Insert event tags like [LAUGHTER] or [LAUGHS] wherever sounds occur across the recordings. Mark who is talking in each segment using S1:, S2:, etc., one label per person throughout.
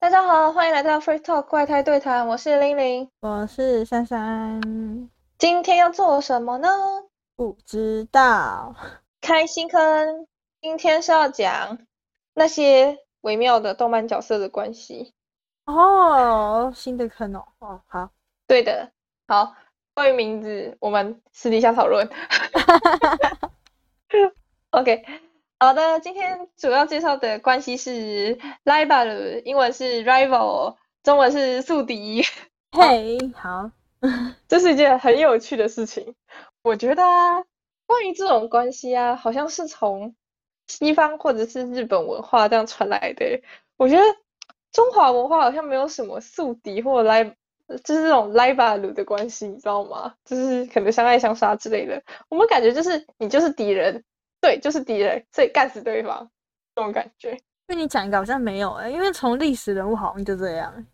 S1: 大家好，欢迎来到 Free Talk 怪胎对谈，我是玲玲。
S2: 我是珊珊，
S1: 今天要做什么呢？
S2: 不知道。
S1: 开新坑。今天是要讲那些微妙的动漫角色的关系。
S2: 哦，新的坑哦。哦，好，
S1: 对的，好，关于名字，我们私底下讨论。OK，好的，今天主要介绍的关系是 rival，英文是 rival，中文是宿敌。
S2: 嘿、好，
S1: 这是一件很有趣的事情。我觉得啊，关于这种关系啊，好像是从西方或者是日本文化这样传来的。欸我觉得中华文化好像没有什么宿敌或来，就是这种来吧鲁的关系，你知道吗？就是可能相爱相杀之类的。我们感觉就是你就是敌人，对，就是敌人，所以干死对方这种感觉。
S2: 被你讲一个好像没有哎、因为从历史人物好像就这样。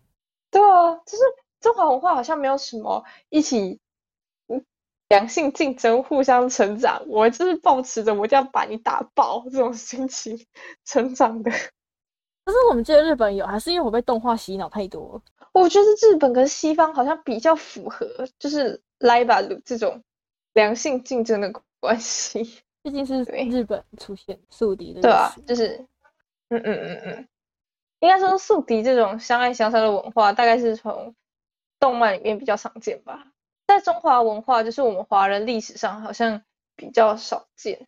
S1: 对啊，就是中华文化好像没有什么一起嗯良性竞争、互相成长。我就是保持着我就要把你打爆这种心情成长的。
S2: 可是我们记得日本有，还是因为我被动画洗脑太多了。
S1: 我觉得日本跟西方好像比较符合，就是来吧这种良性竞争的关系。
S2: 毕竟是
S1: 对
S2: 日本出现宿敌的历史。
S1: 对啊，就是，嗯嗯嗯嗯，应该说宿敌这种相爱相杀的文化，大概是从动漫里面比较常见吧。在中华文化，就是我们华人历史上好像比较少见。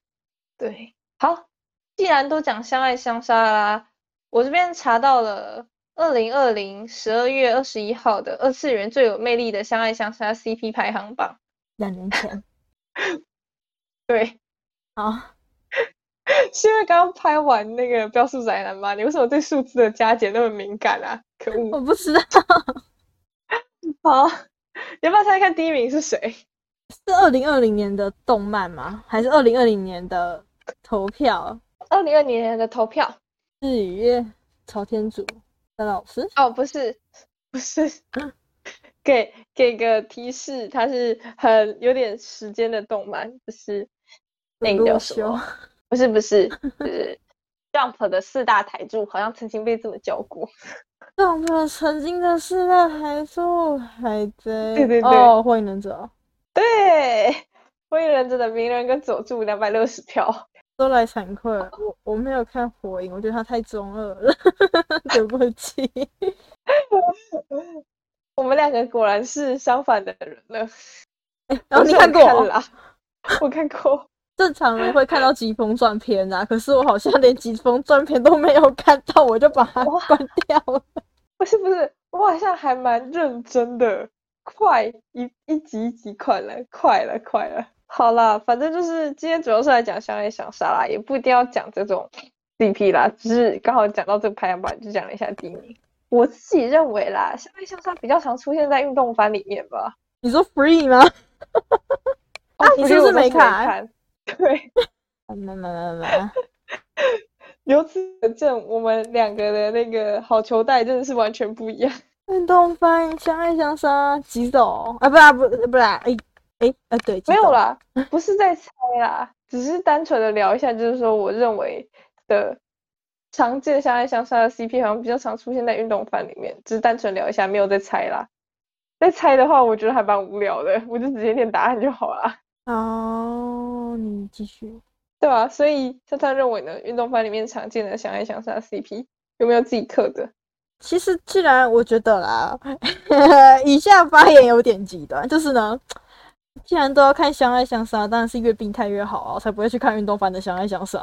S1: 对，好，既然都讲相爱相杀啦，我这边查到了二零二零十二月二十一号的二次元最有魅力的相爱相杀 CP 排行榜。
S2: 两年前。 [LAUGHS]
S1: 对，
S2: 好，
S1: [LAUGHS] 是因为刚刚拍完那个《标速宅男》吗？你为什么对数字的加减那么敏感啊？可恶！
S2: 我不知道
S1: 好，要不要猜猜看第一名是谁？
S2: 是二零二零年的动漫吗？还是二零二零年的投票？
S1: 二零二零年的投票
S2: 日语月朝天主的老师？
S1: 哦，不是，不是，给给个提示，它是很有点时间的动漫，就是那个叫什
S2: 鲁
S1: 么
S2: 修？
S1: 不是不 [LAUGHS] 是，是 Jump 的四大台柱，好像曾经被这么叫 [LAUGHS] 过。
S2: 让我们曾经的四大海兽海贼，
S1: 对对对
S2: 哦，火影忍者
S1: 对，《火影忍者》的鸣人跟佐助两百六十票。
S2: 都来惭愧了，我我没有看火影，我觉得它太中二了， [LAUGHS] 对不起。
S1: 哦我们两个果然是相反的人了。 [LAUGHS]
S2: 然后
S1: 我
S2: 你
S1: 是
S2: 看
S1: 有
S2: 过
S1: 看
S2: 哦，
S1: 啦？我看过，
S2: 正常人会看到疾风传篇啊，可是我好像连疾风传篇都没有看到，我就把它
S1: 哇
S2: 关掉了。
S1: 不是不是，我好像还蛮认真的。快一一集一集快了，快了，快了。好啦，反正就是今天主要是来讲相爱相杀啦，也不一定要讲这种 CP 啦，只是刚好讲到这个排行榜，就讲了一下第一名。我自己认为啦，相爱相杀比较常出现在运动番里面吧。
S2: 你说 free 吗？
S1: 哦，
S2: 啊你
S1: 不
S2: 是不
S1: 我
S2: 是
S1: 都
S2: 没
S1: 没
S2: 看
S1: 看？ [LAUGHS] 对。
S2: 没没没没，
S1: 由此可证，我们两个的那个好球带真的是完全不一样。
S2: 运动番相爱相杀，几手啊？不啦不不啦，哎哎啊对，
S1: 没有
S2: 了。
S1: 啦，不是在猜啦，只是单纯的聊一下，就是说我认为的常见相爱相杀的 CP 好像比较常出现在运动番里面，只是单纯聊一下，没有在猜啦。在猜的话，我觉得还蛮无聊的，我就直接念答案就好啦，
S2: 好，哦你继续。
S1: 对吧、所以像他认为呢，运动番里面常见的相爱相杀 CP 有没有自己刻的？
S2: 其实，既然我觉得啦， [LAUGHS] 以下发言有点极端，就是呢，既然都要看相爱相杀，当然是越病态越好啊，才不会去看运动番的相爱相杀。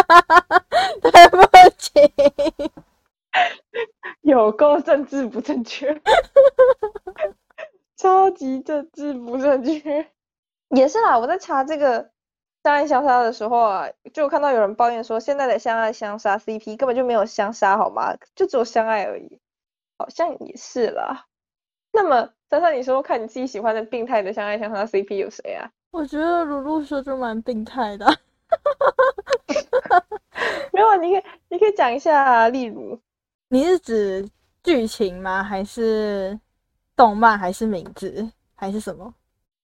S2: [LAUGHS] 对不起，
S1: 有够政治不正确， [LAUGHS] 超级政治不正确。也是啦，我在查这个相爱相杀的时候啊，就有看到有人抱怨说，现在的相爱相杀 CP 根本就没有相杀，好吗？就只有相爱而已，好像也是啦。那么，珊珊，你说说看你自己喜欢的病态的相爱相杀 CP 有谁啊？
S2: 我觉得鲁鲁修就蛮病态的。
S1: 没有，啊，你可以你可以讲一下啊、例如
S2: 你是指剧情吗？还是动漫？还是名字？还是什么？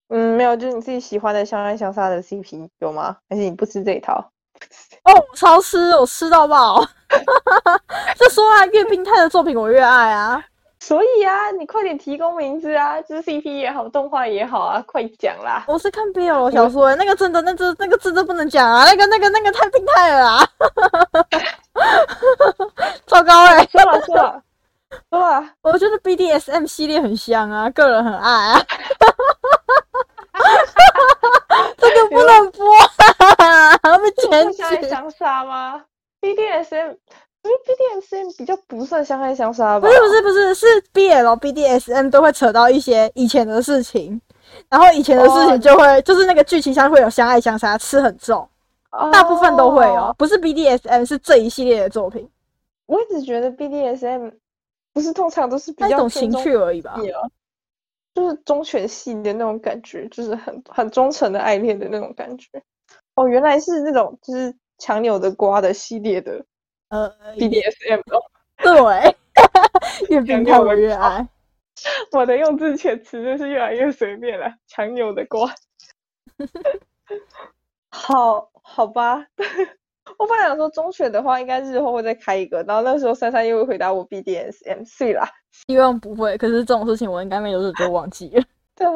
S1: 嗯，没有，就是你自己喜欢的相爱相杀的 CP 有吗？还是你不吃这一套？
S2: 哦，超吃，我吃到爆。 [LAUGHS] 就说啊，越病态的作品我越爱啊。
S1: 所以啊，你快点提供名字啊，就是 CP 也好，动画也好啊，快讲
S2: [LAUGHS]
S1: 啦！
S2: 我是看 BL 小说、欸，那个真的，那字那个字都不能讲啊，那个那个那个太病态了啊！ [LAUGHS] 糟糕哎、欸，
S1: 说了说了说了，
S2: 我觉得 BDSM 系列很香啊，个人很爱啊。 [LAUGHS] 这个不能播、啊，还被
S1: 不
S2: 检
S1: 相爱
S2: 举。
S1: 相杀吗？BDSM，不是 BDSM 比较不算相爱相杀吧？
S2: 不是不是不是，是 BL、BDSM 都会扯到一些以前的事情，然后以前的事
S1: 哦
S2: 情就会、就是那个剧情上会有相爱相杀，吃很重，
S1: 哦，
S2: 大部分都会哦，不是 BDSM 是这一系列的作品，
S1: 我一直觉得 BDSM 不是通常都是比
S2: 那一
S1: 较
S2: 种
S1: 偏
S2: 情
S1: 中
S2: 趣而已吧。
S1: 系啊，就是忠犬系的那种感觉，就是很很忠诚的爱恋的那种感觉。哦，原来是那种就是强扭的瓜的系列的
S2: 呃，
S1: BDSM 哦， [LAUGHS]
S2: 对，越变态我越爱。
S1: 我的用字遣词真是越来越随便了，强扭的瓜。 [LAUGHS] 好好吧， [LAUGHS] 我本来想说中学的话，应该日后会再开一个，然后那时候珊珊又会回答我 BDSM，所以啦，
S2: 希望不会，可是这种事情我应该没多久就忘记了。
S1: 对啊，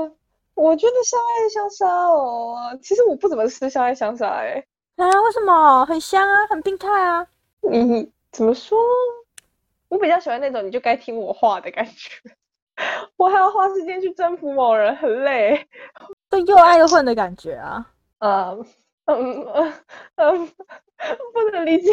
S1: 我觉得相爱相杀哦，其实我不怎么吃相爱相杀哎、
S2: 啊，为什么？很香啊，很病态啊。
S1: 你怎么说？我比较喜欢那种你就该听我话的感觉， [LAUGHS] 我还要花时间去征服某人，很累。
S2: 就又爱又恨的感觉啊。 [LAUGHS]
S1: 呃，嗯嗯嗯，不能理解，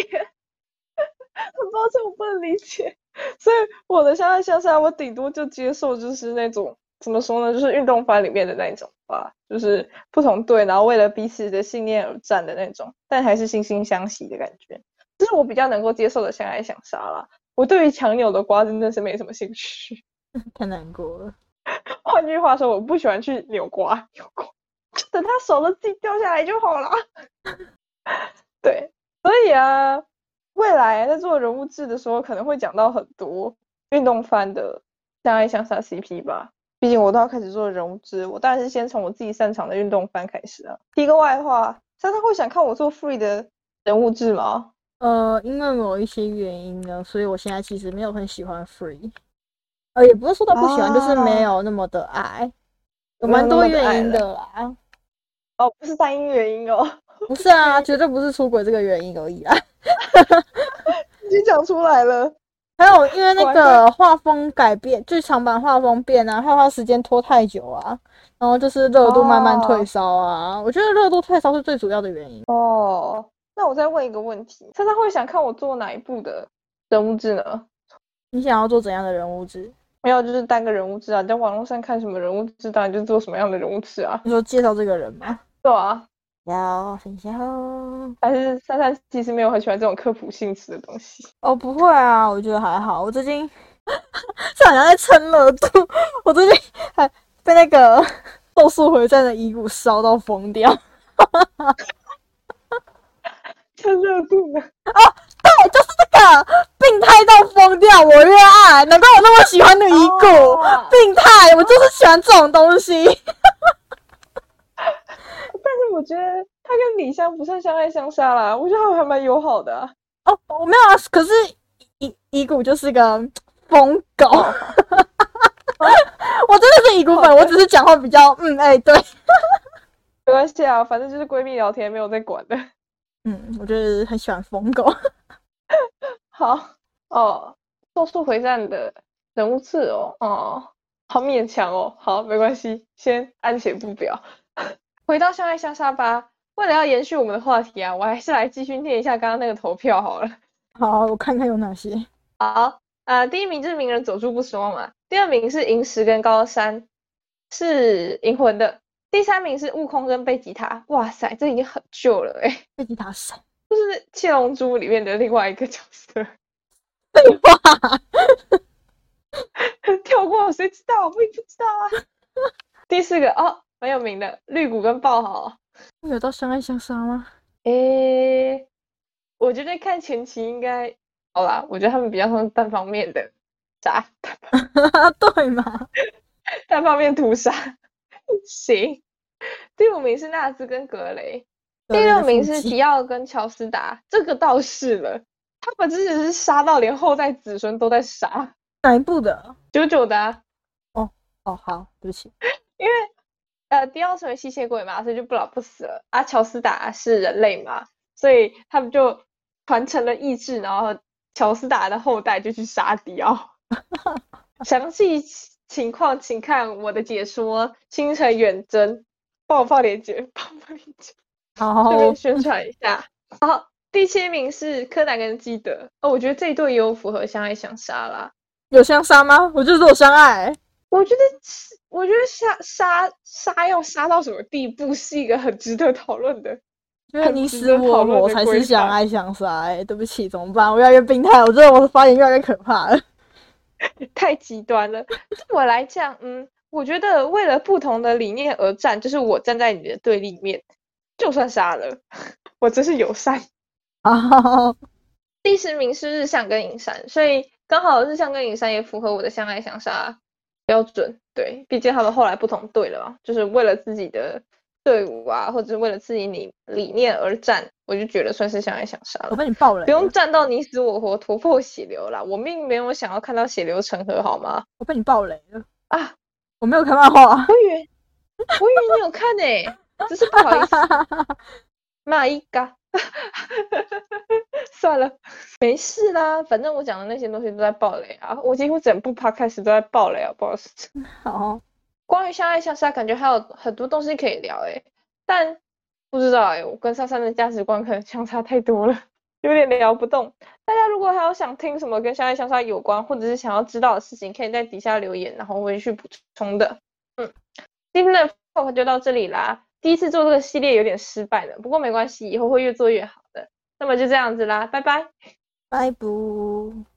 S1: 很抱歉，我不能理解。所以我的相爱相杀，我顶多就接受就是那种怎么说呢，就是运动番里面的那一种吧，就是不同队，然后为了彼此的信念而战的那种，但还是惺惺相惜的感觉，这是我比较能够接受的相爱相杀啦。我对于强扭的瓜真的是没什么兴趣。
S2: 太难过了。
S1: 换句话说，我不喜欢去扭瓜，扭瓜，等它熟了自己掉下来就好了。 [LAUGHS] 对，所以啊，未来在做人物志的时候，可能会讲到很多运动番的相爱相杀 CP 吧。毕竟我都要开始做人物志，我当然是先从我自己擅长的运动番开始啊。题个外话，珊珊会想看我做 free 的人物志吗？
S2: 呃，因为某一些原因呢，所以我现在其实没有很喜欢 Free。呃，也不是说到不喜欢，就是没
S1: 啊
S2: 有那么的爱，有蛮多原因的啦。
S1: 哦，不是单一原因哦， [LAUGHS]
S2: 不是啊，绝对不是出轨这个原因而已啊。
S1: 已经讲出来了。
S2: 还有因为那
S1: 我还
S2: 个画风改变，剧场版画风变啊，画画时间拖太久啊，然后就是热度慢慢退
S1: 哦
S2: 烧啊。我觉得热度退烧是最主要的原因。
S1: 哦，那我再问一个问题，珊珊会想看我做哪一部的人物志呢？
S2: 你想要做怎样的人物志？
S1: 没有，就是单个人物志啊。你在网络上看什么人物志，当然就做什么样的人物志啊。
S2: 你说介绍这个人吗？
S1: 对啊，
S2: 要分享哦，
S1: 但是珊珊其实没有很喜欢这种科普性质的东西。
S2: 不会啊，我觉得还好。我最 [LAUGHS] 近这好像在蹭热度， [LAUGHS] 我最近还被那个《咒术回战》的遗骨烧到疯掉。
S1: 趁热度呢？ [LAUGHS]
S2: 对，就是这个病态到疯掉，我越爱，难怪我那么喜欢那个遗骨。
S1: 哦
S2: 病态，我就是喜欢这种东西。
S1: 但是我觉得他跟李湘不算相爱相杀啦，我觉得他们还蛮友好的啊、
S2: 哦，我没有啊，可是遗遗骨就是个疯狗。我真的是遗骨粉，我只是讲话比较嗯哎、对，
S1: 没关系啊，反正就是闺蜜聊天，没有在管的。
S2: 嗯，我就是很喜欢疯狗。
S1: 好哦，咒术回战的人物志哦，哦，好勉强哦，好，没关系，先按且不表。 [LAUGHS] 回到相爱相杀吧，为了要延续我们的话题啊，我还是来继续念一下刚刚那个投票好了。
S2: 好，我看看有哪些。
S1: 好，呃，第一名就是鸣人佐助不说嘛，第二名是银石跟高山，是银魂的，第三名是悟空跟贝吉塔，哇塞，这已经很旧了欸诶、
S2: 贝吉塔谁？
S1: 就是《七龙珠》里面的另外一个角色。 [LAUGHS]
S2: 废话，
S1: 跳过，谁知道？我也不知道啊。第四个哦，蛮有名的绿谷跟爆豪。
S2: 有到相爱相杀吗？
S1: 诶，我觉得看前期应该好啦，我觉得他们比较像是单方面的啥， [LAUGHS]
S2: 对嘛？
S1: [LAUGHS] 单方面屠杀。行，第五名是纳兹跟格雷，第六名是
S2: 提
S1: 迪奥跟乔斯达，这个倒是了，他们真的是杀到连后代子孙都在杀，
S2: 哪一部的？
S1: 九九的啊、
S2: 哦，好，对不起，
S1: 因为呃，迪奥成为吸血鬼嘛，所以就不老不死了。啊，乔斯达是人类嘛，所以他们就传承了意志，然后乔斯达的后代就去杀迪奥。详细情情况请看我的解说《星辰远征》，帮我放链接，帮我放链接。
S2: 好好，
S1: 这
S2: 我
S1: 边宣传一下。好，第七名是柯南跟基德。哦，我觉得这一对也有符合相爱相杀啦。
S2: 有相杀吗？我就是有相爱、
S1: 我觉得是，我觉得杀杀杀要杀到什么地步，是一个很值得讨论的。
S2: [LAUGHS] 因为
S1: 很
S2: 你
S1: 值
S2: 死
S1: 得
S2: 我
S1: 讨论
S2: 活，我
S1: 的
S2: 才
S1: 规
S2: 是相
S1: 范
S2: 爱相杀、哎，对不起，怎么办？我越来越病态，我觉得我的发言越来越可怕了。
S1: 太极端了。对我来讲，嗯，我觉得为了不同的理念而战，就是我站在你的对立面，就算杀了， [LAUGHS] 我真是友善。
S2: 啊，
S1: 第十名是日向跟影山，所以刚好日向跟影山也符合我的相爱相杀标准。对，毕竟他们后来不同队了嘛，就是为了自己的队伍啊，或者是为了自己理理念而战，我就觉得算是相爱相杀
S2: [LAUGHS] 我
S1: 了。
S2: 被你爆雷了，
S1: 不用战到你死我活，突破血流啦！我并没有想要看到血流成河，好吗？
S2: 我被你爆雷了，
S1: 啊，
S2: 我没有看漫画。 [LAUGHS]
S1: 我以为我以为你有看呢、只是不好意思，骂一嘎， [LAUGHS] 算了，没事啦，反正我讲的那些东西都在爆雷啊，我几乎整部 podcast 都在爆雷啊，不好意思。
S2: 好，
S1: 关于相爱相杀，感觉还有很多东西可以聊诶、但不知道诶、我跟珊珊的价值观可能相差太多了，有点聊不动。大家如果还有想听什么跟相爱相杀有关，或者是想要知道的事情，可以在底下留言，然后我会去补充的。嗯，今天的 talk 就到这里啦。第一次做这个系列有点失败了，不过没关系，以后会越做越好的。那么就这样子啦，拜拜。
S2: 拜拜。